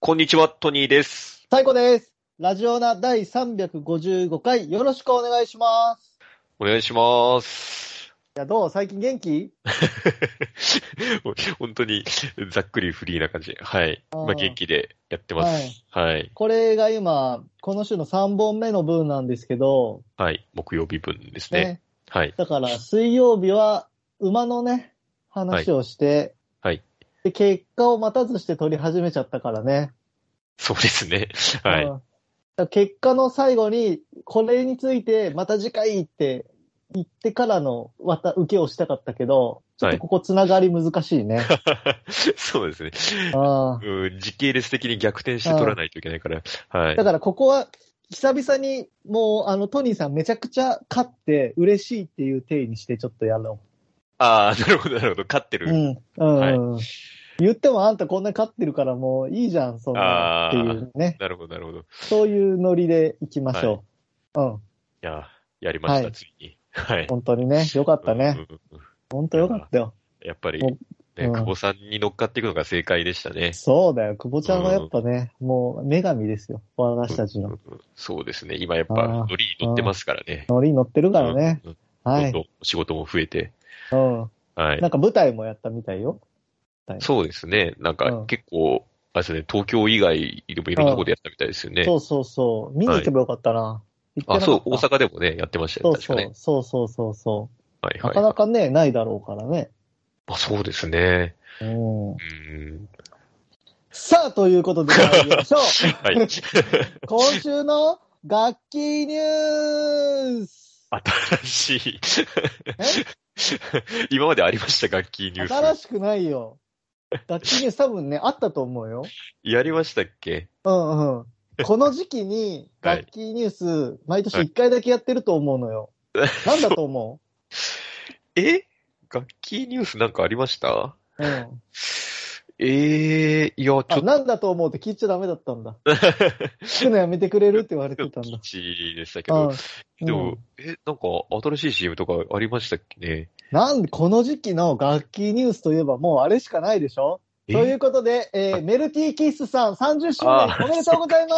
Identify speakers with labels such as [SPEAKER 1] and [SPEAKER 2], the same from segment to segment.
[SPEAKER 1] こんにちは、トニーです。
[SPEAKER 2] 最高です。ラジオナ第355回、よろしくお願いします。
[SPEAKER 1] お願いします。
[SPEAKER 2] いや、どう最近元気
[SPEAKER 1] 本当にざっくりフリーな感じ。はい。
[SPEAKER 2] あー
[SPEAKER 1] まあ、元気でやってます。はい。
[SPEAKER 2] これが今、この週の3本目の分なんですけど、
[SPEAKER 1] はい。木曜日分です
[SPEAKER 2] ね。
[SPEAKER 1] ね。はい。
[SPEAKER 2] だから、水曜日は馬のね、話をして、
[SPEAKER 1] はいはい
[SPEAKER 2] で、結果を待たずして取り始めちゃったからね。
[SPEAKER 1] そうですね。は
[SPEAKER 2] うん
[SPEAKER 1] い。
[SPEAKER 2] だから結果の最後に、これについて、また次回って言ってからの、また受けをしたかったけど、ちょっとここつながり難 しいね。
[SPEAKER 1] そうですね。
[SPEAKER 2] ああ
[SPEAKER 1] うん時系列的に逆転して取らないといけないから。はい
[SPEAKER 2] だ。からここは、久々にもう、あの、トニーさんめちゃくちゃ勝って嬉しいっていう体にしてちょっとやろ
[SPEAKER 1] ああ、なるほど、なるほど。勝って
[SPEAKER 2] う。
[SPEAKER 1] る。
[SPEAKER 2] うん。うん。言ってもあんたこんな勝ってるからもういいじゃん、そんな
[SPEAKER 1] あ
[SPEAKER 2] ってい
[SPEAKER 1] ー
[SPEAKER 2] うね。
[SPEAKER 1] なるほど、なるほど。い
[SPEAKER 2] そういうノリでいきましょう。うん。
[SPEAKER 1] や、やりました、
[SPEAKER 2] はい
[SPEAKER 1] ついに。はい。
[SPEAKER 2] 本当にね。よかったね。
[SPEAKER 1] うんうんうん。
[SPEAKER 2] 本当よかったよ。
[SPEAKER 1] やっぱり、
[SPEAKER 2] お
[SPEAKER 1] ね、
[SPEAKER 2] うん
[SPEAKER 1] 久保さんに乗っかっていくのが正解でしたね。
[SPEAKER 2] そうだよ。久保ちゃんはやっぱね、もう女神ですよ。私たちの。
[SPEAKER 1] うんそうですね。今やっぱ
[SPEAKER 2] あー、
[SPEAKER 1] 乗りに乗ってますからね。
[SPEAKER 2] ノリに乗ってるからね。
[SPEAKER 1] うん。
[SPEAKER 2] は
[SPEAKER 1] どんど
[SPEAKER 2] い。
[SPEAKER 1] ん仕事も増えて。
[SPEAKER 2] うん。
[SPEAKER 1] はい
[SPEAKER 2] な。んか舞台もやったみたいよ。
[SPEAKER 1] そうですね。なん
[SPEAKER 2] う
[SPEAKER 1] か
[SPEAKER 2] ん
[SPEAKER 1] 結構、あれですね、東京以外でもいろんなとこでやったみたいですよね。
[SPEAKER 2] そうそうそう。見に行けばよかったな。行ってなか
[SPEAKER 1] あ、
[SPEAKER 2] った
[SPEAKER 1] そう、大阪でもね、やってました
[SPEAKER 2] そ
[SPEAKER 1] よ
[SPEAKER 2] う
[SPEAKER 1] ね。確か
[SPEAKER 2] そう
[SPEAKER 1] ね。、
[SPEAKER 2] そうそうそうそ
[SPEAKER 1] はいは。
[SPEAKER 2] う。ないかなかね、ないだろうからね。
[SPEAKER 1] あ、そうですね。
[SPEAKER 2] うん
[SPEAKER 1] う。ーん。
[SPEAKER 2] さあ、ということで参り ましょう。
[SPEAKER 1] はい。
[SPEAKER 2] 今週の楽器ニュース
[SPEAKER 1] 新しい。 今までありました、楽器ニュー
[SPEAKER 2] 新
[SPEAKER 1] ス。
[SPEAKER 2] しくないよ。楽器ニュース多分ね、あったと思うよ。
[SPEAKER 1] やりましたっけ
[SPEAKER 2] うんうん。この時期に
[SPEAKER 1] はい
[SPEAKER 2] 楽器ニュース、毎年1回だけやってると思うのよ。なんだと思
[SPEAKER 1] え楽器ニュースなんかありました
[SPEAKER 2] ううん。
[SPEAKER 1] ええいや、ちょっ
[SPEAKER 2] あ、
[SPEAKER 1] と
[SPEAKER 2] なんだと思うって聞いちゃダメだった んだ。聞くのやめてくれるって言われてたんだ。
[SPEAKER 1] 吉でしたけ
[SPEAKER 2] うん
[SPEAKER 1] ど、。で
[SPEAKER 2] う
[SPEAKER 1] も
[SPEAKER 2] ん、
[SPEAKER 1] え、なんか新しい CM とかありましたっけね
[SPEAKER 2] なんで、この時期の楽器ニュースといえばもうあれしかないでしょ
[SPEAKER 1] え
[SPEAKER 2] ということで、えーメルティーキッスさん30周年
[SPEAKER 1] あー
[SPEAKER 2] おめでとうございま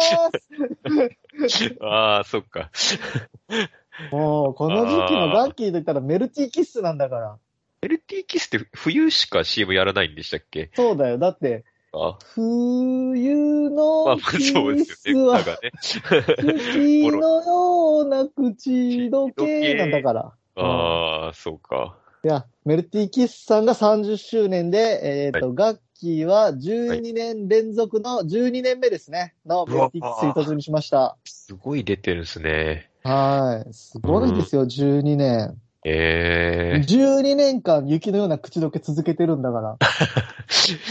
[SPEAKER 2] す
[SPEAKER 1] ああ、そっか。
[SPEAKER 2] もう、この時期の楽器と言ったらメルティーキッスなんだから。
[SPEAKER 1] LT キスって冬しか CM やらないんでしたっけ
[SPEAKER 2] そうだよ。だって、
[SPEAKER 1] あまあま
[SPEAKER 2] 冬の
[SPEAKER 1] あ、
[SPEAKER 2] キ
[SPEAKER 1] そうで
[SPEAKER 2] ッ
[SPEAKER 1] す
[SPEAKER 2] ス
[SPEAKER 1] よね。
[SPEAKER 2] は
[SPEAKER 1] 歌がね。
[SPEAKER 2] 雪のような口どけなん だから。
[SPEAKER 1] ああ、そうか。
[SPEAKER 2] いや、メルティーキッスさんが30周年で、えっ、と、ガッキーは12年連続の、12年目ですね、のメルティーキッスに突入しました。
[SPEAKER 1] すごい出てるんですね。
[SPEAKER 2] はい。すごいですよ、12年。
[SPEAKER 1] え
[SPEAKER 2] 12年間雪のような口どけ続けてるんだから。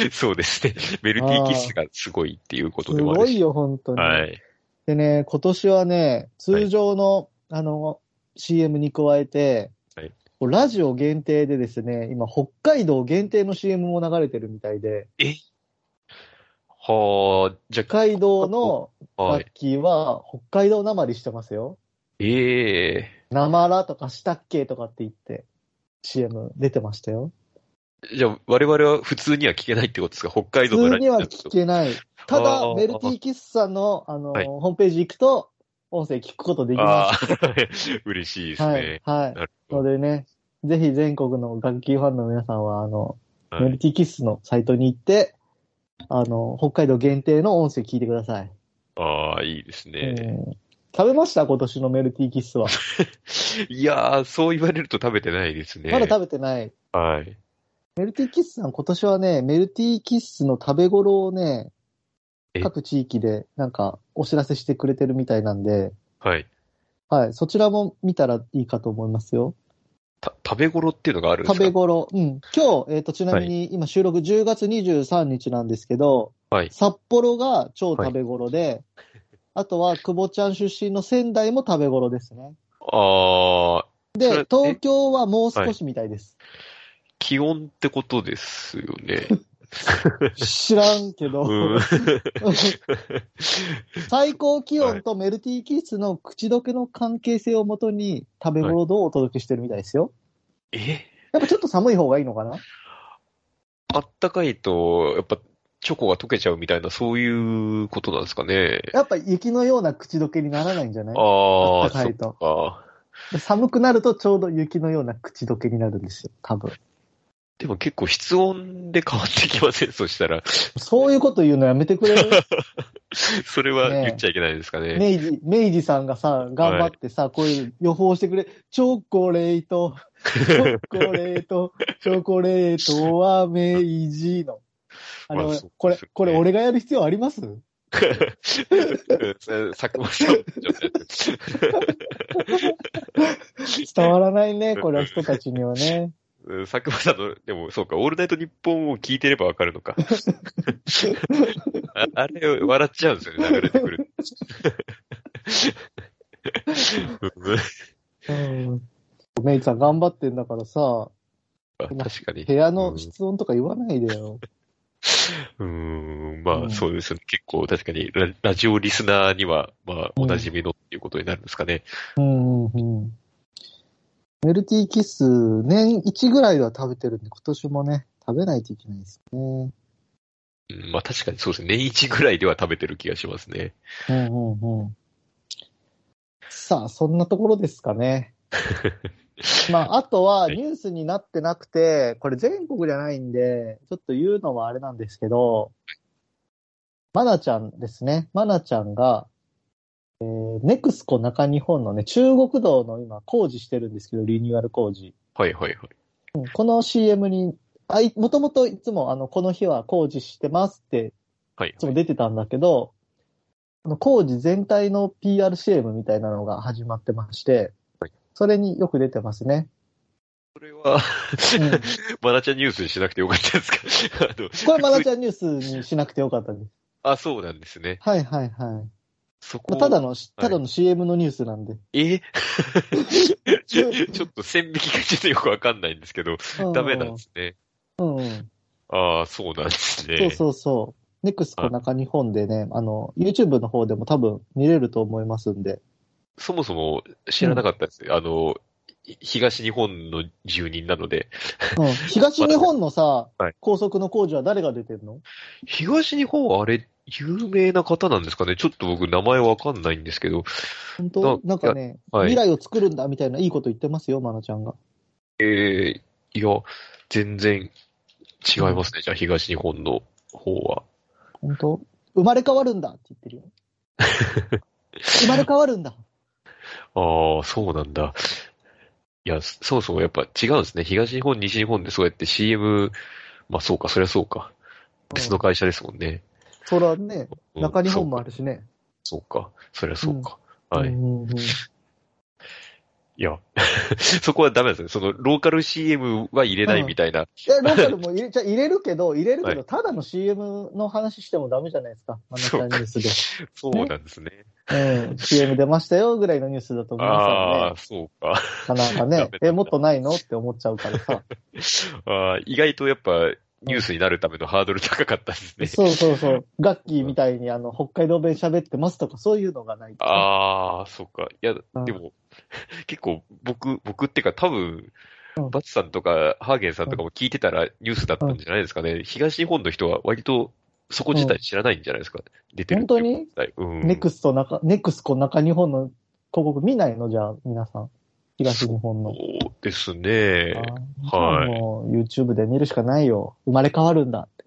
[SPEAKER 1] え そうですね。メルティーキスがすごいっていうこ
[SPEAKER 2] す
[SPEAKER 1] とでもあ
[SPEAKER 2] ご
[SPEAKER 1] る
[SPEAKER 2] い
[SPEAKER 1] し。
[SPEAKER 2] よ、本当に。
[SPEAKER 1] はい。
[SPEAKER 2] でね、今年はね、通常の、あの、CM に加えて、
[SPEAKER 1] はい
[SPEAKER 2] こうラジオ限定でですね、今、北海道限定の CM も流れてるみたいで、
[SPEAKER 1] はあ、じゃ
[SPEAKER 2] 北海道の
[SPEAKER 1] あ、は
[SPEAKER 2] 楽
[SPEAKER 1] い。
[SPEAKER 2] 器は北海道なまりしてますよ。
[SPEAKER 1] ええ
[SPEAKER 2] なまらとかしたっけとかって言って、CM 出てましたよ。
[SPEAKER 1] じゃあ、我々は普通には聞けないってことですか北海
[SPEAKER 2] 普
[SPEAKER 1] 道の
[SPEAKER 2] 通
[SPEAKER 1] ラ
[SPEAKER 2] に
[SPEAKER 1] ジオ
[SPEAKER 2] は
[SPEAKER 1] だ
[SPEAKER 2] 聞
[SPEAKER 1] と。
[SPEAKER 2] けない。た
[SPEAKER 1] あ
[SPEAKER 2] だ、
[SPEAKER 1] ー
[SPEAKER 2] メルティーキッスさんの、あの、
[SPEAKER 1] はい
[SPEAKER 2] ホームページ行くと、音声聞くことできま。
[SPEAKER 1] ああ、 嬉しいですす
[SPEAKER 2] は
[SPEAKER 1] ね
[SPEAKER 2] い。。はい。
[SPEAKER 1] なる
[SPEAKER 2] の
[SPEAKER 1] ほ
[SPEAKER 2] でね、ぜひ全国の楽器ファンの皆さんは、あの、
[SPEAKER 1] ど。は
[SPEAKER 2] メ
[SPEAKER 1] い
[SPEAKER 2] ルティーキッスのサイトに行って、あの、北海道限定の音声聞いてください。
[SPEAKER 1] ああ、いいですね。
[SPEAKER 2] うん食べました今年のメルティーキッスは。
[SPEAKER 1] いやー、そう言われると食べてないですね。
[SPEAKER 2] まだ食べてない。
[SPEAKER 1] はい。
[SPEAKER 2] メルティーキッスさん、今年はね、メルティーキッスの食べ頃をね
[SPEAKER 1] え、
[SPEAKER 2] 各地域でなんかお知らせしてくれてるみたいなんで、
[SPEAKER 1] はい。
[SPEAKER 2] はい、そちらも見たらいいかと思いますよ。
[SPEAKER 1] た食べ頃っていうのがあるんです
[SPEAKER 2] 食
[SPEAKER 1] か
[SPEAKER 2] べ頃、うん。今日、えっ、と、ちなみに今収録10月23日なんですけど、
[SPEAKER 1] はい
[SPEAKER 2] 札幌が超食べ頃で、 あとは久保ちゃん出身の仙台も食べ頃ですね。
[SPEAKER 1] ああ、それ
[SPEAKER 2] で
[SPEAKER 1] え、
[SPEAKER 2] 東京はもう少しみたいです。
[SPEAKER 1] 気温ってことですよ ね。
[SPEAKER 2] 知らんけど。
[SPEAKER 1] うん。
[SPEAKER 2] 最高気温とメルティーキッスの口どけの関係性をもとに食べ頃をお届けしてるみたいですよ。
[SPEAKER 1] え
[SPEAKER 2] やっぱちょっと寒い方がいいのかな
[SPEAKER 1] あったかいと、やっぱチョコが溶けちゃうみたいな、そういうことなんですかね。
[SPEAKER 2] やっぱ雪のような口どけにならないんじゃない
[SPEAKER 1] あ
[SPEAKER 2] あ
[SPEAKER 1] あ、
[SPEAKER 2] ったか
[SPEAKER 1] そっ
[SPEAKER 2] いと
[SPEAKER 1] か。
[SPEAKER 2] で寒くなるとちょうど雪のような口どけになるんですよ、多分。
[SPEAKER 1] でも結構室温で変わってきません そしたら。
[SPEAKER 2] そういうこと言うのやめてくれる
[SPEAKER 1] それは言っちゃいけないですかね。
[SPEAKER 2] 明治、明治さんがさ、頑張ってさ、こういう予報してくれ。チョコレート、チョコレー ト、チョコレートは明治の。あれ、
[SPEAKER 1] まあそう
[SPEAKER 2] こ
[SPEAKER 1] で
[SPEAKER 2] れ
[SPEAKER 1] すよね、
[SPEAKER 2] これ俺がやる必要ありま す
[SPEAKER 1] うん佐久間さんの状態です。
[SPEAKER 2] 伝わらな いね、これは人たちにはね。
[SPEAKER 1] うん佐久間さんの、でもそうか、オールナイト日本を聞いてればわかるの か。ああれ、笑っちゃうんですよね、流れてくる。 うん
[SPEAKER 2] うん。メイさん頑張ってんだからさ、
[SPEAKER 1] あ確かに
[SPEAKER 2] 部。屋の室温とか言わないでよ。
[SPEAKER 1] うーん、ま
[SPEAKER 2] う
[SPEAKER 1] あ
[SPEAKER 2] ん
[SPEAKER 1] そうですね。結構確かにラ、ラジオリスナーには、まあ、お馴染みのっていうことになるんですかね。
[SPEAKER 2] うんうんうん。メルティーキッス、年1ぐらいでは食べてるんで、今年もね、食べないといけないですね。
[SPEAKER 1] うんまあ確かにそうですね。年一ぐらいでは食べてる気がしますね。
[SPEAKER 2] うんうんうん。さあ、そんなところですかね。まあ、あとは
[SPEAKER 1] はい
[SPEAKER 2] ニュースになってなくて、これ全国じゃないんで、ちょっと言うのはあれなんですけど、まなちゃんですね。まなちゃんが、えー、ネクスコ中日本のね、中国道の今工事してるんですけど、リニューアル工事。
[SPEAKER 1] はいはいはい。
[SPEAKER 2] うんこの CM に、あい、もともといつもあの、この日は工事してますって、
[SPEAKER 1] はい
[SPEAKER 2] いつも出てたんだけど、あの工事全体の PRCM みたいなのが始まってまして、それによく出てますね。
[SPEAKER 1] それは、
[SPEAKER 2] うん、
[SPEAKER 1] マナちゃんニュースにしなくてよかったですか あの
[SPEAKER 2] これまだちゃんニュースにしなくてよかったです。
[SPEAKER 1] あ、そうなんですね。
[SPEAKER 2] はいはいはい。
[SPEAKER 1] そこ
[SPEAKER 2] まあ、ただの、ただの CM のニュースなんで。
[SPEAKER 1] えちょちょっと線引きがちょっとよくわかんないんですけど、
[SPEAKER 2] うん
[SPEAKER 1] ダメなんですね。
[SPEAKER 2] うんうん。
[SPEAKER 1] ああ、そうなんですね。
[SPEAKER 2] そうそうそう。ネクスコ中日本でね、あの、YouTube の方でも多分見れると思いますんで。
[SPEAKER 1] そもそも知らなかったです。あの、ひ東日本の住人なので。
[SPEAKER 2] うん、東日本のさ、
[SPEAKER 1] はい
[SPEAKER 2] 高速の工事は誰が出てるの
[SPEAKER 1] 東日本はあれ、有名な方なんですかねちょっと僕名前わかんないんですけど。
[SPEAKER 2] 本
[SPEAKER 1] な
[SPEAKER 2] 当なんかね、
[SPEAKER 1] はい
[SPEAKER 2] 未来を作るんだみたいないいこと言ってますよ、まなちゃんが。
[SPEAKER 1] えー、いや、全然違いますね。じゃあ東日本の方は。
[SPEAKER 2] 本当生まれ変わるんだって言ってるよ。 生まれ変わるんだ。
[SPEAKER 1] ああ、そうなんだ。いや、そそもそもやっぱ違うんですね。東日本、西日本でそうやって CM、まあそうか、そりゃそうか。別の会社ですもんね。
[SPEAKER 2] そらね、
[SPEAKER 1] うん
[SPEAKER 2] 中日本もあるしね。
[SPEAKER 1] そうか、そうかそりゃそうか。はい。
[SPEAKER 2] う
[SPEAKER 1] い
[SPEAKER 2] んうんうん
[SPEAKER 1] や、 そこはダメなんですね。その、ローカル CM は入れないみたいな。
[SPEAKER 2] いや、ローカルも入れじゃあ入れるけど、入れるけ
[SPEAKER 1] は
[SPEAKER 2] ど、ただの CM の話してもダメじゃないですか。まなちゃんニュースで。
[SPEAKER 1] そうなんですね。
[SPEAKER 2] うん、CM 出ましたよぐらいのニュースだと思い
[SPEAKER 1] ああ
[SPEAKER 2] ま
[SPEAKER 1] ー、そうか。
[SPEAKER 2] すからね。なんか
[SPEAKER 1] ダ
[SPEAKER 2] ね
[SPEAKER 1] メ、だ
[SPEAKER 2] え、もっとないのって思っちゃうからさ。
[SPEAKER 1] あー意外とやっぱ、ニュースになるためのハードル高かったですね。
[SPEAKER 2] そうそうそう。ガッキーみたいにあの、北海道弁喋ってますとかそういうのがないとね。
[SPEAKER 1] ああ、そっか。いや、
[SPEAKER 2] うん
[SPEAKER 1] でも、 結構僕、僕っていうか多分
[SPEAKER 2] うん、
[SPEAKER 1] バツさんとかハーゲンさんとかも聞いてたらニュースだったんじゃないですかね。東日本の人は割とそこ自体知らないんじゃないですか。出てるっていうこと自体うん。
[SPEAKER 2] ネクスト中、ネクスコ中日本の広告見ないのじゃあ、皆さん。東日本の。
[SPEAKER 1] そうですね。
[SPEAKER 2] あー
[SPEAKER 1] はい
[SPEAKER 2] もう YouTube で見るしかないよ。生まれ変わるんだって。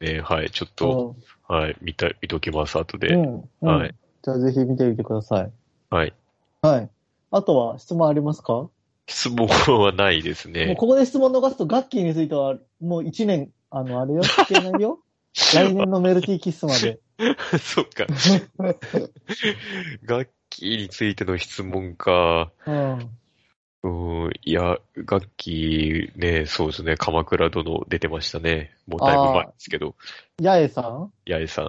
[SPEAKER 1] ねはい。ちょっと、はい。見た、見ときます、後
[SPEAKER 2] うん
[SPEAKER 1] で。
[SPEAKER 2] うん。うん
[SPEAKER 1] はい。
[SPEAKER 2] じゃあぜひ見てみてください。
[SPEAKER 1] はい。
[SPEAKER 2] はい。あとは質問ありますか、
[SPEAKER 1] 質問はないです
[SPEAKER 2] もう
[SPEAKER 1] ね。
[SPEAKER 2] ここで質問逃すと、ガッキーについては、もう1年、あの、あれよ、聞けな いよ。来年のメルティーキッスまで。
[SPEAKER 1] そっ か。楽器についての質問か。
[SPEAKER 2] うん。
[SPEAKER 1] うーん、いや、楽器ね、そうですね、鎌倉殿出てましたね。もうだいぶ前ですけど、
[SPEAKER 2] 八重さん、
[SPEAKER 1] 八重さん。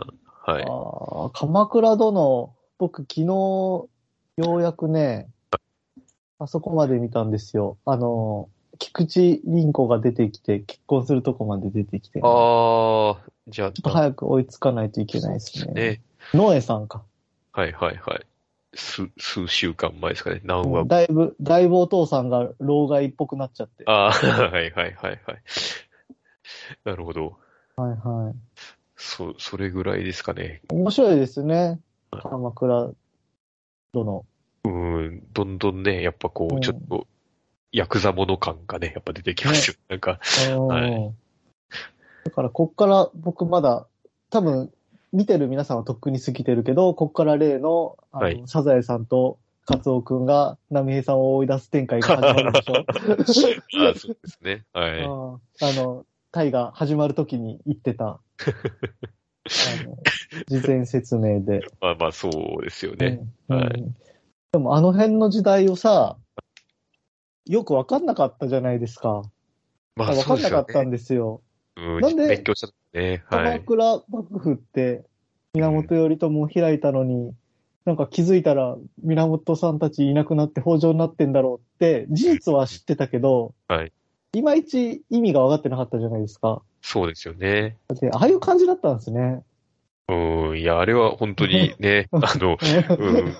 [SPEAKER 1] はい。
[SPEAKER 2] ああ、鎌倉殿、僕昨日、ようやくね、あそこまで見たんですよ。あの、菊池凛子が出てきて、結婚するとこまで出てきて、ちょっ
[SPEAKER 1] ああ、じゃあ、
[SPEAKER 2] と早く追いつかないといけないですね。
[SPEAKER 1] ね。
[SPEAKER 2] ノエさんか。
[SPEAKER 1] はいはいはい。す、数週間前ですかね。何話、
[SPEAKER 2] だいぶ、 だいぶお父さんが老害っぽくなっちゃって。
[SPEAKER 1] ああ、はいはいはいはい。なるほど。
[SPEAKER 2] はいはい。
[SPEAKER 1] そ、それぐらいですかね。
[SPEAKER 2] 面白いですね。鎌倉殿。
[SPEAKER 1] うん、どんどんね、やっぱこ
[SPEAKER 2] う
[SPEAKER 1] う、
[SPEAKER 2] ん
[SPEAKER 1] ちょっと、ヤクザもの感がね、やっぱ出てきますよ。なんか、
[SPEAKER 2] うん
[SPEAKER 1] はい
[SPEAKER 2] だから、こっから僕まだ、多分、見てる皆さんはとっくに過ぎてるけど、こっから例の、あの、
[SPEAKER 1] はい
[SPEAKER 2] サザエさんとカツオくんが、波平さんを追い出す展開が始まるでしょ
[SPEAKER 1] あそうですね。 はい。
[SPEAKER 2] うんあの、会が始まるときに 言ってた、あの、事前説明で。
[SPEAKER 1] まあまあ、そうですよね。
[SPEAKER 2] うん
[SPEAKER 1] は
[SPEAKER 2] うんでもあの辺の時代をさ、よくわかんなかったじゃないですか。
[SPEAKER 1] まあ、
[SPEAKER 2] わ
[SPEAKER 1] そうん
[SPEAKER 2] か
[SPEAKER 1] です
[SPEAKER 2] な
[SPEAKER 1] よ
[SPEAKER 2] かった
[SPEAKER 1] ね。
[SPEAKER 2] んですよ。
[SPEAKER 1] うん、
[SPEAKER 2] なんで
[SPEAKER 1] 勉強しちゃったね。は
[SPEAKER 2] 鎌
[SPEAKER 1] い。
[SPEAKER 2] 倉幕府って源頼朝を開いたのに、なんか気づいたら源さんたちいなくなって北条になってんだろうって、事実は知ってたけど、
[SPEAKER 1] はい。
[SPEAKER 2] いまいち意味が分かってなかったじゃないですか。
[SPEAKER 1] そうですよね。
[SPEAKER 2] で、ああいう感じだったんですね。
[SPEAKER 1] うん、いや、あれは本当にね、 あの、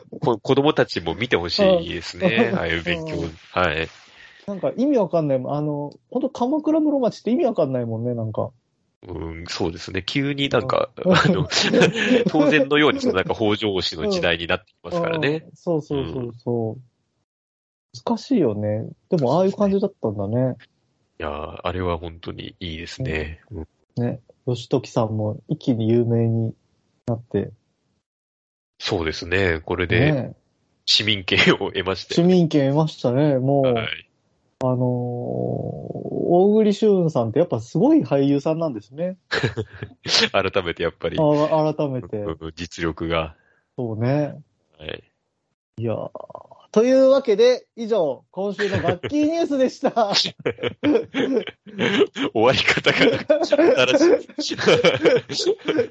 [SPEAKER 1] うん、こ子供たちも見てほしいですね。
[SPEAKER 2] うん
[SPEAKER 1] ああいう勉強
[SPEAKER 2] うん。
[SPEAKER 1] はい。
[SPEAKER 2] なんか意味わかんないもん。あの、本当鎌倉室町って意味わかんないもんね、なんか。
[SPEAKER 1] うん、そうですね。急になんか、
[SPEAKER 2] うん
[SPEAKER 1] あの、当然のように、そのなんか北条氏の時代になってきますからね。
[SPEAKER 2] うん。そうそうそうそう。難しいよね。でもああいう感じだったんだね。
[SPEAKER 1] いやーあれは本当にいいですね。うん
[SPEAKER 2] 義時さんも一気に有名になって。
[SPEAKER 1] そうですね。これで
[SPEAKER 2] ね、
[SPEAKER 1] 市民権を得まして
[SPEAKER 2] 市。民権得ましたね。もう、
[SPEAKER 1] はい。
[SPEAKER 2] あのー大栗旬さんってやっぱすごい俳優さんなんですね。
[SPEAKER 1] 改めてやっぱり、
[SPEAKER 2] あ改めて。
[SPEAKER 1] うん実力が。
[SPEAKER 2] そうね。
[SPEAKER 1] はい。
[SPEAKER 2] いやーというわけで、以上、今週の楽器ニュース でした。
[SPEAKER 1] 終わり方が新しい。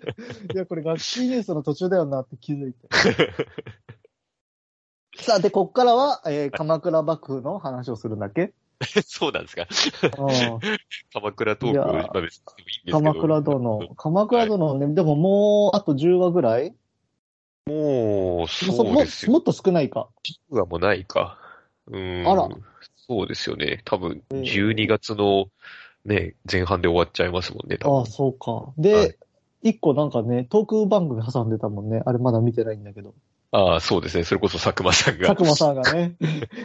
[SPEAKER 2] いや、これ楽器ニュースの途中だよなって気づいて。 さあ、で、こっからは、えー鎌倉幕府の話をするんだ っけ、
[SPEAKER 1] そうなんですか。
[SPEAKER 2] うん、
[SPEAKER 1] 鎌倉トーク、
[SPEAKER 2] いやー
[SPEAKER 1] まあ別にいいんですけど
[SPEAKER 2] 鎌倉殿。鎌倉殿ね、でももう、あと10話ぐらい
[SPEAKER 1] もう、そう
[SPEAKER 2] も
[SPEAKER 1] ですよ。
[SPEAKER 2] もっと少ないか。
[SPEAKER 1] はもうないか。うーん。
[SPEAKER 2] あら。
[SPEAKER 1] そうですよね。多分、
[SPEAKER 2] うん
[SPEAKER 1] 12月のね、前半で終わっちゃいますもんね、
[SPEAKER 2] あ
[SPEAKER 1] 多
[SPEAKER 2] あ、
[SPEAKER 1] 分。
[SPEAKER 2] そうか。
[SPEAKER 1] は
[SPEAKER 2] で
[SPEAKER 1] い、
[SPEAKER 2] 一、個なんかね、トーク番組挟んでたもんね。あれまだ見てないんだけど。
[SPEAKER 1] ああ、そうですね。それこそ佐久間さんが。
[SPEAKER 2] 佐久間さんが ね、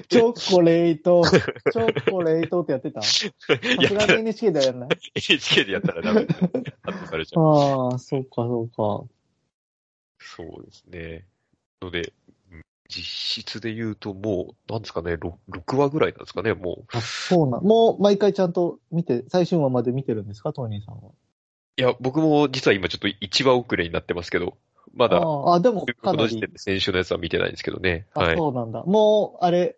[SPEAKER 2] チョコレート、チョコレートってやってたさ
[SPEAKER 1] んや
[SPEAKER 2] す
[SPEAKER 1] った
[SPEAKER 2] がに
[SPEAKER 1] ら、
[SPEAKER 2] NHK ではやんない
[SPEAKER 1] NHK でやったらダメだね。カットされちゃう。
[SPEAKER 2] ああ、そうか、そうか。
[SPEAKER 1] そうですね。ので、うん実質で言うともう、なんですかね、6, 6話ぐらいなんですかね、もう。
[SPEAKER 2] あ、そうなん。もう毎回ちゃんと見て、最新話まで見てるんですか、トニーさんは。
[SPEAKER 1] いや、僕も実は今ちょっと1話遅れになってますけど、まだ、
[SPEAKER 2] あああ、でもか
[SPEAKER 1] こ
[SPEAKER 2] な
[SPEAKER 1] の時
[SPEAKER 2] り
[SPEAKER 1] 点。で先週のやつは見てないんですけどね。
[SPEAKER 2] あ、
[SPEAKER 1] はい。
[SPEAKER 2] そうなんだ。もう、あれ、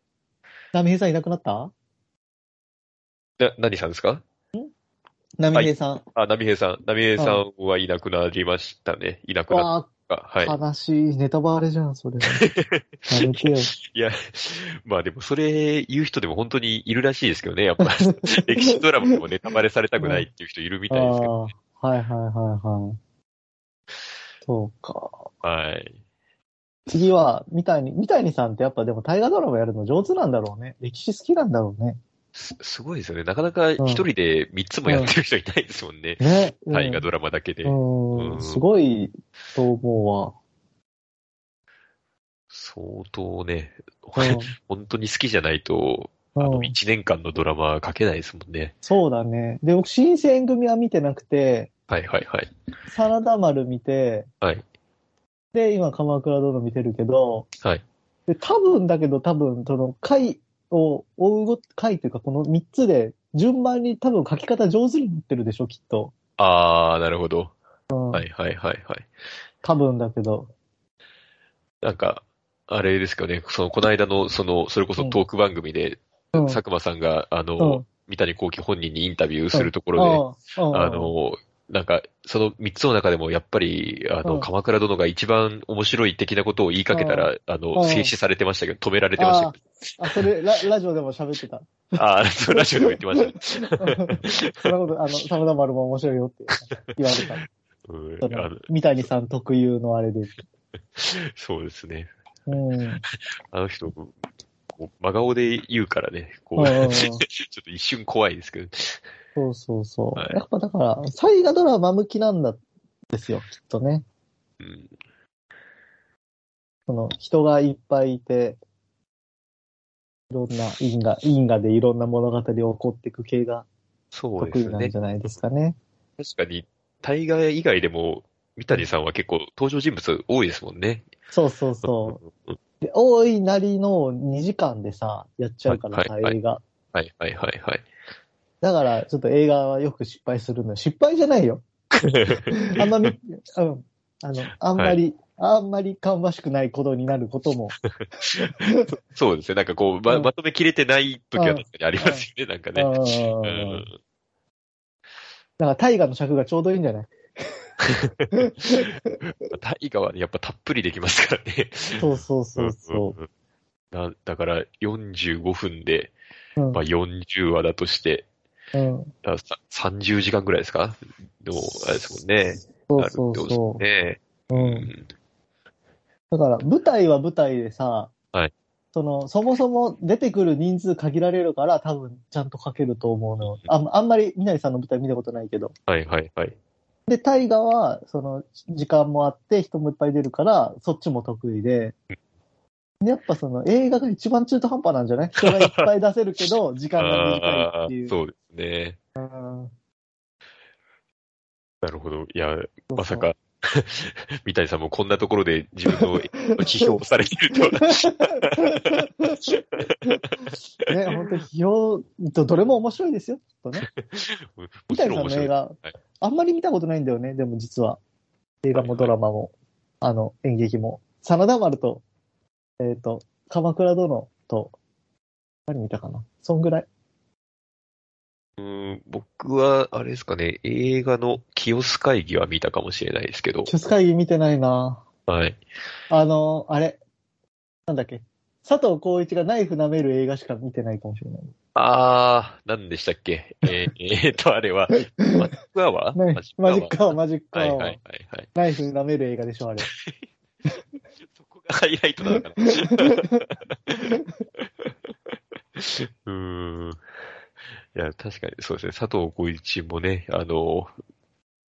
[SPEAKER 2] 波平さんいなくなった
[SPEAKER 1] な、何さんですか
[SPEAKER 2] 波平さん。
[SPEAKER 1] あ、ナミヘイさん。ナミヘイさんはいなくなりましたね。いなくなっ
[SPEAKER 2] わ
[SPEAKER 1] た。は
[SPEAKER 2] あ、
[SPEAKER 1] い。
[SPEAKER 2] 悲しい。ネタバレじゃん、それ。やめてよ。
[SPEAKER 1] いや、 まあでもそれ言う人でも本当にいるらしいですけどね。やっぱ、 歴史ドラマでもネタバレされたくないっていう人いるみたいですけど。
[SPEAKER 2] ああ、はいはいはいはい。そうか。
[SPEAKER 1] はい。
[SPEAKER 2] 次は、三谷、三谷さんってやっぱでも大河ドラマやるの上手なんだろうね。歴史好きなんだろうね。
[SPEAKER 1] す、すごいですよね。なかなか一人で三つもやってる人いないですもんね。
[SPEAKER 2] ね。うん
[SPEAKER 1] 大河ドラマだけで。
[SPEAKER 2] う、
[SPEAKER 1] うんん
[SPEAKER 2] すごいと思
[SPEAKER 1] 相当ね、
[SPEAKER 2] うわ。
[SPEAKER 1] 本当に好きじゃないと、
[SPEAKER 2] うん
[SPEAKER 1] あ
[SPEAKER 2] う
[SPEAKER 1] の、
[SPEAKER 2] ん
[SPEAKER 1] 一年間のドラマ書けないですもんね。
[SPEAKER 2] そうだね。で、僕、新選組は見てなくて、
[SPEAKER 1] はいはいはい。
[SPEAKER 2] サラダ丸見て、
[SPEAKER 1] はい。
[SPEAKER 2] で、今、鎌倉殿見てるけど、
[SPEAKER 1] はい。
[SPEAKER 2] で、多分だけど、多分、その、回を追うご、回というか、この3つで、順番に多分書き方上手になってるでしょ、きっと。
[SPEAKER 1] あー、なるほど。
[SPEAKER 2] うん、
[SPEAKER 1] はいはいはいはい。
[SPEAKER 2] 多分だけど。
[SPEAKER 1] なんか、あれですよね、その、この間の、その、それこそトーク番組で、
[SPEAKER 2] うん
[SPEAKER 1] 佐久間さんが、あの、
[SPEAKER 2] うん
[SPEAKER 1] 三谷幸喜本人にインタビューするとこ
[SPEAKER 2] こ
[SPEAKER 1] ろ
[SPEAKER 2] で、うん
[SPEAKER 1] で、あ、の、なんか、その三つの中でも、やっぱり、あの、
[SPEAKER 2] うん
[SPEAKER 1] 鎌倉殿が一番面白い的なことを言いかけたら、あ
[SPEAKER 2] う
[SPEAKER 1] の、
[SPEAKER 2] ん
[SPEAKER 1] 静止されてましたけど、止められてました
[SPEAKER 2] あ
[SPEAKER 1] け
[SPEAKER 2] あ、それラ、ラジオでも喋ってた。
[SPEAKER 1] ど。ああ、そうラジオでも言ってましたね。
[SPEAKER 2] そんなこと、あの、サムダマルも面白いよって言われた。
[SPEAKER 1] うん
[SPEAKER 2] そ
[SPEAKER 1] あ
[SPEAKER 2] の
[SPEAKER 1] の、
[SPEAKER 2] 三谷さん特有のあれで。
[SPEAKER 1] そうですね。
[SPEAKER 2] うん。
[SPEAKER 1] あの人、こう、真顔で言うからね、こう、
[SPEAKER 2] うんうんうん
[SPEAKER 1] ちょっと一瞬怖いですけど。
[SPEAKER 2] そうそうそう。
[SPEAKER 1] はい
[SPEAKER 2] やっぱだから、大河ドラマ向きなんだですよ、きっとね。
[SPEAKER 1] うん。
[SPEAKER 2] その人がいっぱいいて、いろんな因果、因果でいろんな物語を起こっていく系が
[SPEAKER 1] そう
[SPEAKER 2] 得
[SPEAKER 1] で
[SPEAKER 2] 意
[SPEAKER 1] す
[SPEAKER 2] なん
[SPEAKER 1] ね
[SPEAKER 2] じ。ゃないですかね。
[SPEAKER 1] 確かに、大河以外でも、三谷さんは結構登場人物多いですもんね。。
[SPEAKER 2] そうそうそうう。で、多いなりの2時間でさ、やっちゃうからさ、
[SPEAKER 1] はいはい
[SPEAKER 2] 映画。
[SPEAKER 1] はいはいはいはい。
[SPEAKER 2] だから、ちょっと映画はよく失敗するのよ。失敗じ ゃないよ。あんまみ、うん。あの、あんまり、あんまり芳しくないことになることも
[SPEAKER 1] そうですね。なんかこう、ま
[SPEAKER 2] うん
[SPEAKER 1] まとめきれてない時は確かにありますよね、なんかね。う
[SPEAKER 2] うん
[SPEAKER 1] ん
[SPEAKER 2] だから大河の尺がちょうどいいんじゃない
[SPEAKER 1] 大河はねやっぱたっぷりできますからね。
[SPEAKER 2] そうそう そうそ
[SPEAKER 1] うんだだから45分で、
[SPEAKER 2] う。うん
[SPEAKER 1] まあ、40話だとして、
[SPEAKER 2] うん
[SPEAKER 1] あさ30時間ぐらいですかの、あれですもんね。
[SPEAKER 2] そうそう
[SPEAKER 1] あるってこ
[SPEAKER 2] そう。う。
[SPEAKER 1] とですね。うんん。
[SPEAKER 2] だから舞台は舞台でさ、
[SPEAKER 1] はい
[SPEAKER 2] その、そもそも出てくる人数限られるから多分ちゃんと書けると思うのよ。あんあんまりみなりさんの舞台見たことないけど。
[SPEAKER 1] はいはいはい。
[SPEAKER 2] で、大河は、その、時間もあって人もいっぱい出るから、そっちも得意で。でやっぱその映画が一番中途半端なんじゃない人がいっぱい出せる けど、時間が短い
[SPEAKER 1] あ
[SPEAKER 2] ってい
[SPEAKER 1] ー
[SPEAKER 2] う。
[SPEAKER 1] そうですね。
[SPEAKER 2] うん
[SPEAKER 1] なるほど。いや、まさか、 三谷さんもこんなところで自分の批評をされてるとは。
[SPEAKER 2] ね、本当批評、どどれも面白いですよ、きっとね。
[SPEAKER 1] も
[SPEAKER 2] 三
[SPEAKER 1] ちろん
[SPEAKER 2] 谷さん
[SPEAKER 1] 面
[SPEAKER 2] の
[SPEAKER 1] 白
[SPEAKER 2] 映
[SPEAKER 1] い。
[SPEAKER 2] 画、あんまり見たことないんだよね、でも実は。映画もドラマも、あの、演劇も。真田丸と、えっ、と、鎌倉殿と、何見たかなそんぐらい。
[SPEAKER 1] うーん僕は、あれですかね、映画の清須会議は見たかもしれないですけど、
[SPEAKER 2] キョス会議見てないな
[SPEAKER 1] はい。
[SPEAKER 2] あの、あれ、なんだっけ。佐藤浩一がナイフ舐める映画しか見てないかもしれない。
[SPEAKER 1] あー、何でしたっけえーえーっと、あれは、マジックアワー
[SPEAKER 2] ナイフマジックアワー、
[SPEAKER 1] ー
[SPEAKER 2] マジックア
[SPEAKER 1] はいはい
[SPEAKER 2] ワ
[SPEAKER 1] は
[SPEAKER 2] ー
[SPEAKER 1] い。はい。
[SPEAKER 2] ナイフ舐める映画でしょ、あれ。
[SPEAKER 1] そこがハイライトなのかな。うーん。いや、確かにそうですね、佐藤浩一もね、あの、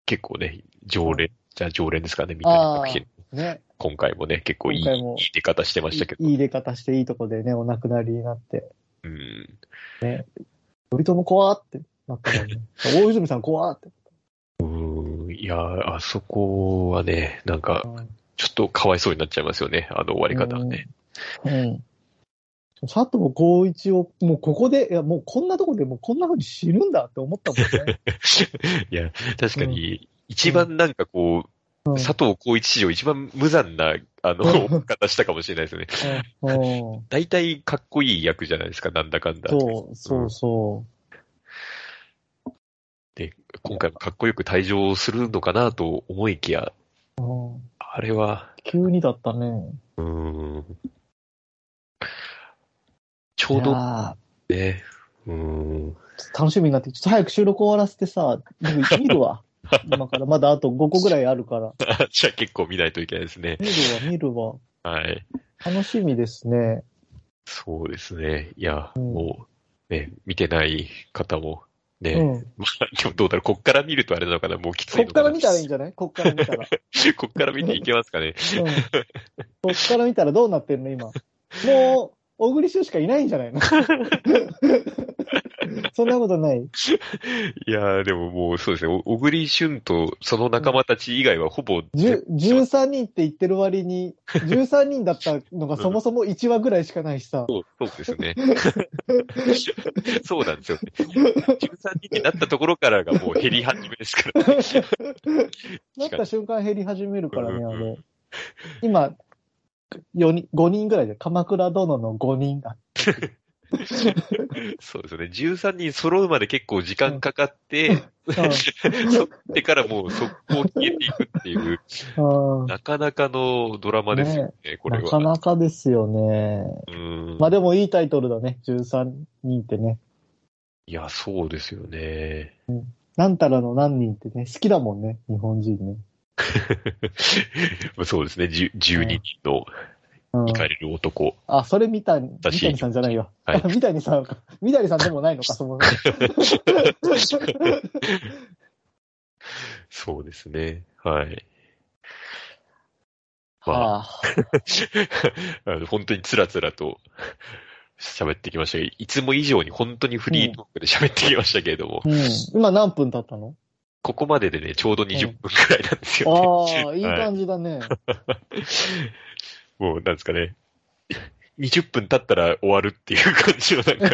[SPEAKER 1] 結構ね、常連、じゃあ常連ですかね、みたいな作品。
[SPEAKER 2] ね。
[SPEAKER 1] 今回もね、結構いい、
[SPEAKER 2] 今回も
[SPEAKER 1] いい出方してましたけど。
[SPEAKER 2] いいい出方していいとこでね、お亡くなりになって、
[SPEAKER 1] うん。
[SPEAKER 2] 頼朝怖ーってなったもんね。大泉さん怖ーって。
[SPEAKER 1] うーんいやー、あそこはね、なんか、ちょっとかわいそうになっちゃいますよね、あの終わり方はね。
[SPEAKER 2] うん。佐藤浩一を、もうここで、いや、もうこんなとこでもうこんな風に死ぬんだって思ったもんね。
[SPEAKER 1] いや、確かに、一番なんかこう、
[SPEAKER 2] うん
[SPEAKER 1] 佐藤浩一史上一番無残な、あの、
[SPEAKER 2] うん
[SPEAKER 1] 方したかもしれないですよね。
[SPEAKER 2] うんうん
[SPEAKER 1] 大体かっこいい役じゃないですか、なんだかんだ。
[SPEAKER 2] そう、そうそ
[SPEAKER 1] 今回もかっこよく退場するのかなと思いきや、
[SPEAKER 2] う。うん
[SPEAKER 1] あれは、
[SPEAKER 2] 急にだったね。
[SPEAKER 1] うーん。ち
[SPEAKER 2] い
[SPEAKER 1] ょう
[SPEAKER 2] や
[SPEAKER 1] ど
[SPEAKER 2] ー
[SPEAKER 1] ね、うーん。
[SPEAKER 2] ちょっと楽しみになってきて、ちょっと早く収録終わらせてさ、僕見るわ。 今から、まだあと5個ぐらいあるから。
[SPEAKER 1] じゃあ結構見ないといけないですね。
[SPEAKER 2] 見るわ、見るわ。
[SPEAKER 1] はい。
[SPEAKER 2] 楽しみですね。
[SPEAKER 1] そうですね。いや、
[SPEAKER 2] うん
[SPEAKER 1] もう、ね、見てない方も、ね、
[SPEAKER 2] うん。
[SPEAKER 1] ま あ、でもどうだろう、こっから見るとあれなのかな、もうきつい
[SPEAKER 2] こっ
[SPEAKER 1] の
[SPEAKER 2] か
[SPEAKER 1] からな。
[SPEAKER 2] 見たらいいんじゃないこっから見た ら。
[SPEAKER 1] こっから見ていけますか ね。
[SPEAKER 2] うん。こっから見たらどうなってんの今。もう、小栗旬しかいないんじゃないの そんなことない。
[SPEAKER 1] いやーでももうそうですね、お小栗旬とその仲間たち以外はほぼ、
[SPEAKER 2] じゅ13人って言ってる割に、13人だったのがそもそも1話ぐらいしかないしさ。
[SPEAKER 1] そうそうですね。 そうなんですよ、ね。13人になったところからがもう減り始めです から。
[SPEAKER 2] なった瞬間減り始めるからね、
[SPEAKER 1] う
[SPEAKER 2] あ
[SPEAKER 1] んうん
[SPEAKER 2] れ。今、4人、5人ぐらいで、鎌倉殿の5人が。
[SPEAKER 1] そうですよね。13人揃うまで結構時間かかって、
[SPEAKER 2] うん
[SPEAKER 1] 揃ってからもう速攻消えていくって いう。
[SPEAKER 2] うん
[SPEAKER 1] なかなかのドラマですよね、 これ
[SPEAKER 2] な
[SPEAKER 1] は。
[SPEAKER 2] かなかですよね。
[SPEAKER 1] うん
[SPEAKER 2] まあでもいいタイトルだね、13人ってね。
[SPEAKER 1] いや、そうですよね。
[SPEAKER 2] なんたらの何人ってね、好きだもんね、日本人ね。
[SPEAKER 1] そうですね、じゅ12人の
[SPEAKER 2] うん
[SPEAKER 1] 見。返れる男。
[SPEAKER 2] あ、それ三谷、三
[SPEAKER 1] 私
[SPEAKER 2] 谷さんじゃないよ。
[SPEAKER 1] はい
[SPEAKER 2] 三谷さんか。三谷さんでもないの か、そもそも。
[SPEAKER 1] そうですね。はい。 まあ、
[SPEAKER 2] はあ、
[SPEAKER 1] あの本当につらつらと喋ってきましたけど、いつも以上に本当にフリートークで喋ってきましたけれども、
[SPEAKER 2] うん。今何分 経ったの
[SPEAKER 1] ここまででね、ちょうど20分くらいなんですよね。
[SPEAKER 2] ああ、いい感じだね。
[SPEAKER 1] もう、なんですかね。20分経ったら終わるっていう感じのなんか、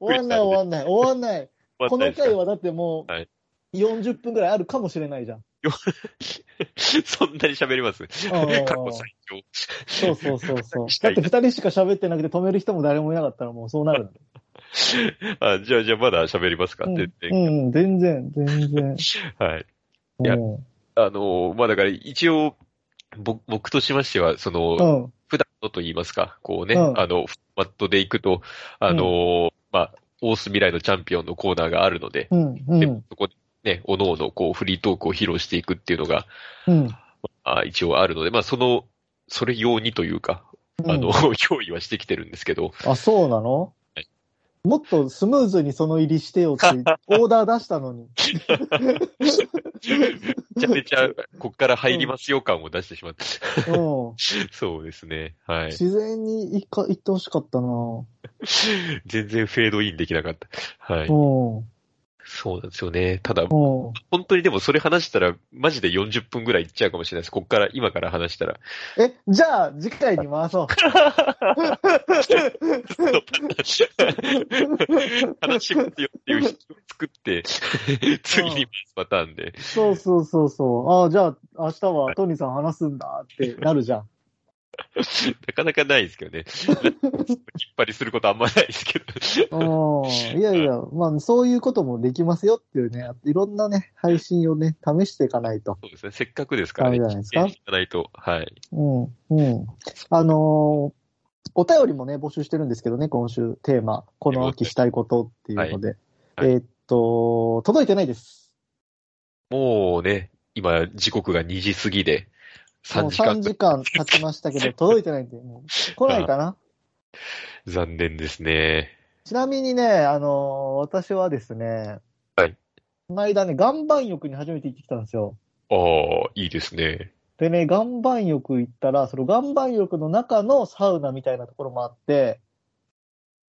[SPEAKER 2] 終わんない終わんない終わんない。この回はだっても、
[SPEAKER 1] はいう
[SPEAKER 2] 40分ぐらいあるかもしれないじ ゃん。
[SPEAKER 1] そんなに喋ります
[SPEAKER 2] ん
[SPEAKER 1] 過去最長。
[SPEAKER 2] そうそうそうそう。
[SPEAKER 1] した
[SPEAKER 2] だっ
[SPEAKER 1] い
[SPEAKER 2] て二人しか喋ってなくて止める人も誰もいなかったらもうそうなるんだよ。
[SPEAKER 1] あじゃあ、じゃあまだ喋りますか、
[SPEAKER 2] うん
[SPEAKER 1] 全然
[SPEAKER 2] うん、全然、全然。
[SPEAKER 1] はい。いや
[SPEAKER 2] うん
[SPEAKER 1] あのー、まあだから一応、僕僕としましては、その、
[SPEAKER 2] うん。
[SPEAKER 1] 普段のと言いますか、こうね、
[SPEAKER 2] うん
[SPEAKER 1] あの、フォーマットでいくと、あのーまあ、オース未来のチャンピオンのコーナーがあるので、
[SPEAKER 2] うん、う
[SPEAKER 1] で
[SPEAKER 2] ん、
[SPEAKER 1] そこでね、おのおのこうフリートークを披露していくっていうのが、
[SPEAKER 2] うん。
[SPEAKER 1] あ一応あるので、まあ、その、それ用にというか、あの、
[SPEAKER 2] うん
[SPEAKER 1] 用意はしてきてるんですけど、
[SPEAKER 2] あ、そうなの
[SPEAKER 1] は
[SPEAKER 2] もっとスムーズにその入りし てよってオーダー出したのに。
[SPEAKER 1] めちゃめち ゃ、こっから入りますよ感を出してしまった。
[SPEAKER 2] うん。
[SPEAKER 1] そうですね。はい。
[SPEAKER 2] 自然にいか行ってほしかったな
[SPEAKER 1] 全然フェードインできなかった。はい。
[SPEAKER 2] うん。
[SPEAKER 1] そうなんですよね。ただ、
[SPEAKER 2] うん。
[SPEAKER 1] 本当にでもそれ話したら、マジで40分ぐらいいっちゃうかもしれないです。こっから、今から話 したら。
[SPEAKER 2] え、じゃあ、次回に回そう。
[SPEAKER 1] 話をってよっていう人を作 って、次に回すパターンで。
[SPEAKER 2] そうそうそうそう。ああ、じゃあ、明日はトニーさん話すんだってなるじゃん。
[SPEAKER 1] なかなかないですけどね。引っ張りすることあんまないですけど。
[SPEAKER 2] うん。いやいや、まあ、そういうこともできますよっていうね、いろんなね、配信をね、試していかないと。
[SPEAKER 1] そうですね。せっかくですからね。
[SPEAKER 2] ダメじゃないですか
[SPEAKER 1] 実践していかないと。はい。
[SPEAKER 2] うん、うん。あのーお便りもね、募集してるんですけどね、今週テーマ。この秋したいことっていうので。
[SPEAKER 1] はいはい
[SPEAKER 2] えーっと、届いてないです。
[SPEAKER 1] もうね、今、時刻が2時過ぎで、
[SPEAKER 2] も
[SPEAKER 1] 3
[SPEAKER 2] う
[SPEAKER 1] 時間
[SPEAKER 2] 3。時間経ちましたけ ど、届いてないんで、もう来ないかな。
[SPEAKER 1] 残念ですね。
[SPEAKER 2] ちなみにね、あのー私はですね、
[SPEAKER 1] はい。
[SPEAKER 2] この間ね、岩盤浴に初めて行ってきたんですよ。
[SPEAKER 1] ああ、いいですね。
[SPEAKER 2] でね、岩盤浴行ったら、その岩盤浴の中のサウナみたいなところもあって、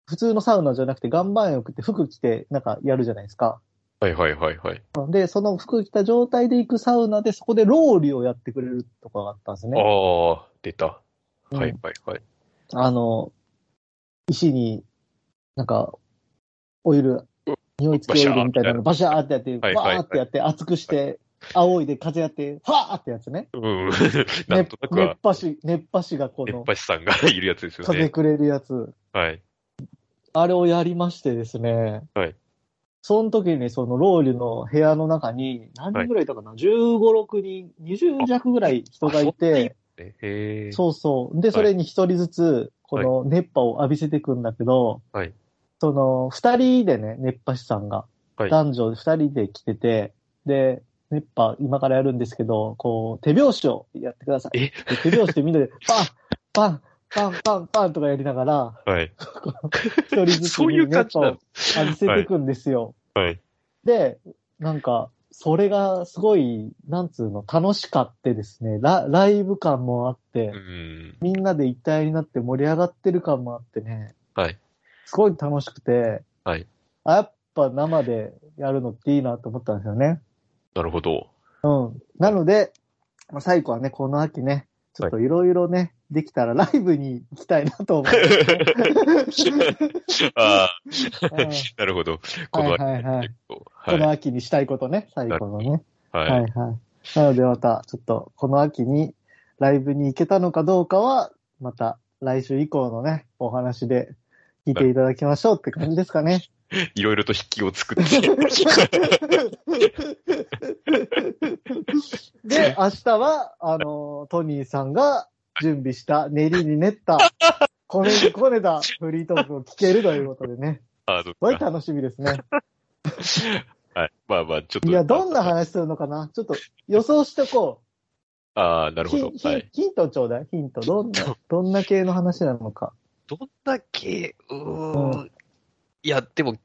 [SPEAKER 2] 普通のサウナじゃなくて岩盤浴って服着てなんかやるじゃないですか。
[SPEAKER 1] はいはいはいはい。
[SPEAKER 2] で、その服着た状態で行くサウナで、そこでロウリュをやってくれるとかがあったんですね。
[SPEAKER 1] ああ、出た。
[SPEAKER 2] うん
[SPEAKER 1] はいはいはい。
[SPEAKER 2] あの、石に、なんか、オイル、匂い付けオイルみたいなのバシャーってやって、
[SPEAKER 1] はいはいはい
[SPEAKER 2] バーってやって、熱くして、仰いで風やって、ファーってやつね。
[SPEAKER 1] うん。なん
[SPEAKER 2] 熱
[SPEAKER 1] となく
[SPEAKER 2] 熱
[SPEAKER 1] は、
[SPEAKER 2] 波師、熱波師がこ
[SPEAKER 1] 熱
[SPEAKER 2] の、
[SPEAKER 1] 波師さんがいるやつですよ
[SPEAKER 2] 風
[SPEAKER 1] ね。
[SPEAKER 2] くれるやつ。
[SPEAKER 1] はい。
[SPEAKER 2] あれをやりましてですね。
[SPEAKER 1] はい。
[SPEAKER 2] その時に、そのロウリュの部屋の中に、何人ぐらいいたかな、?15、6人、20弱ぐらい人がいて、
[SPEAKER 1] へえ。
[SPEAKER 2] そうそう。で、それに一人ずつ、この熱波を浴びせていくんだけど、
[SPEAKER 1] はい
[SPEAKER 2] その、二人でね、熱波師さんが、
[SPEAKER 1] はい
[SPEAKER 2] 男女二人で来てて、で、熱波今からやるんですけど、こう、手拍子をやってください。
[SPEAKER 1] え
[SPEAKER 2] で手拍子でみんなで、パン、パン、パン、パン、パンとかやりながら、
[SPEAKER 1] はい。
[SPEAKER 2] 一人ずつ
[SPEAKER 1] そうい
[SPEAKER 2] に
[SPEAKER 1] う感
[SPEAKER 2] 熱
[SPEAKER 1] じ
[SPEAKER 2] 波を
[SPEAKER 1] な
[SPEAKER 2] 浴
[SPEAKER 1] の
[SPEAKER 2] びせていくんですよ。
[SPEAKER 1] はい。
[SPEAKER 2] で、なんか、それがすごい、なんつうの、楽しかってですね、ラライブ感もあって、
[SPEAKER 1] うん。
[SPEAKER 2] みんなで一体になって盛り上がってる感もあってね、
[SPEAKER 1] はい。
[SPEAKER 2] すごい楽しくて、
[SPEAKER 1] はい
[SPEAKER 2] あやっぱ生でやるのっていいなと思ったんですよね。
[SPEAKER 1] なるほど。
[SPEAKER 2] うん。なので、まあ、最後はね、この秋ね、ちょっといろいろね、できたらライブに行きたいなと思って。
[SPEAKER 1] ああ
[SPEAKER 2] うん、
[SPEAKER 1] なるほど。こ
[SPEAKER 2] はい
[SPEAKER 1] の
[SPEAKER 2] はいはい。こ
[SPEAKER 1] は
[SPEAKER 2] の
[SPEAKER 1] い。
[SPEAKER 2] 秋にしたいことね、最後のね。はい
[SPEAKER 1] は。
[SPEAKER 2] はいい。なのでまた、ちょっとこの秋にライブに行けたのかどうかは、また来週以降のね、お話で聞いていただきましょうって感じですかね。
[SPEAKER 1] いろいろと筆記を作って。
[SPEAKER 2] で、明日は、あの、トニーさんが準備した練りに練った、こねにこねたフリートークを聞けるということでね。
[SPEAKER 1] あの
[SPEAKER 2] すごい楽し みですね。
[SPEAKER 1] はい。まあまあ、ちょっと。
[SPEAKER 2] いや、どんな話するのかなちょっと予想してこ
[SPEAKER 1] ああ、なるほど。
[SPEAKER 2] ヒヒ
[SPEAKER 1] はい。
[SPEAKER 2] ヒントちょうだい、ヒント。どん
[SPEAKER 1] ヒン
[SPEAKER 2] な
[SPEAKER 1] ト、
[SPEAKER 2] どんな系の話なのか。
[SPEAKER 1] どんだけ、う
[SPEAKER 2] う
[SPEAKER 1] ーん。いや、でも、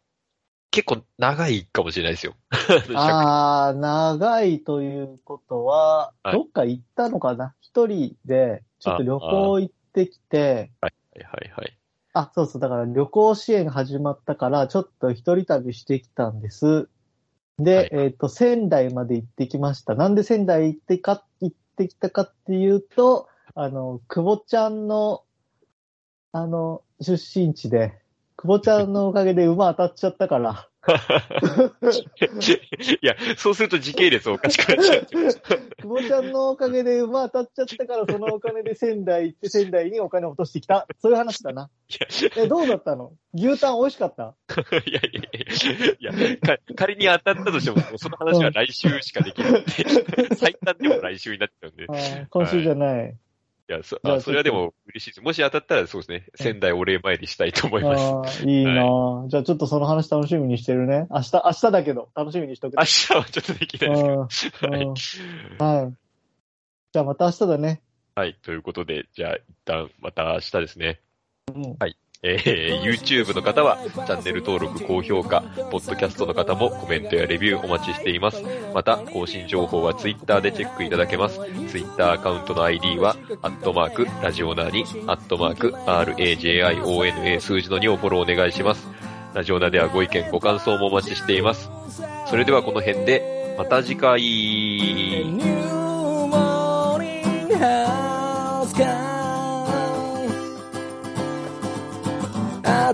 [SPEAKER 1] 結構長いかもしれないですよ。
[SPEAKER 2] ああ、長いということは、
[SPEAKER 1] はい
[SPEAKER 2] どっか行ったのかな一人で、ちょっと旅行行ってきて、
[SPEAKER 1] はいはいはい。
[SPEAKER 2] あ、そうそう、だから旅行支援が始まったから、ちょっと一人旅してきたんです。で、
[SPEAKER 1] はい
[SPEAKER 2] えっ、と、仙台まで行ってきました。なんで仙台行ってか、行ってきたかっていうと、あの、久保ちゃんの、あの、出身地で、久保ちゃんのおかげで馬当たっちゃっ たから、
[SPEAKER 1] いや、そうすると時系列おかしくなっちゃう。
[SPEAKER 2] 久保ちゃんのおかげで馬当たっちゃったから、そのお金で仙台行って仙台にお金を落としてきた。そういう話だな。え、どうだったの牛タン美味し かった
[SPEAKER 1] いやいやいやいやか仮に当たったとしても、その話は来週しかできないんで、最短でも来週になっちゃうん で。い
[SPEAKER 2] あー今週じゃない。
[SPEAKER 1] や、そ
[SPEAKER 2] じゃあ
[SPEAKER 1] あそれはでも嬉しいです。もし当たったらそうですね、仙台お礼参りしたいと思います。
[SPEAKER 2] ああ、いいなあ、じゃあちょっとその話楽しみにしてるね。明日、明日だけど、楽しみにしとく
[SPEAKER 1] 明
[SPEAKER 2] ね。
[SPEAKER 1] 日はちょっとできないですけど。
[SPEAKER 2] うんうん
[SPEAKER 1] はい
[SPEAKER 2] はい。じゃあまた明日だね。
[SPEAKER 1] はい、ということで、じゃあ一旦また明日ですね。
[SPEAKER 2] うん
[SPEAKER 1] はい。えー、YouTube の方はチャンネル登録、高評価、Podcast の方もコメントやレビューお待ちしています。また、更新情報は Twitter でチェックいただけます。Twitter アカウントの ID は、アットマーク、ラジオナーに、アットマーク、RAJIONA 数字の2をフォローお願いします。ラジオナではご意見、ご感想もお待ちしています。それではこの辺で、また次回。
[SPEAKER 3] ニューモーニングハウスか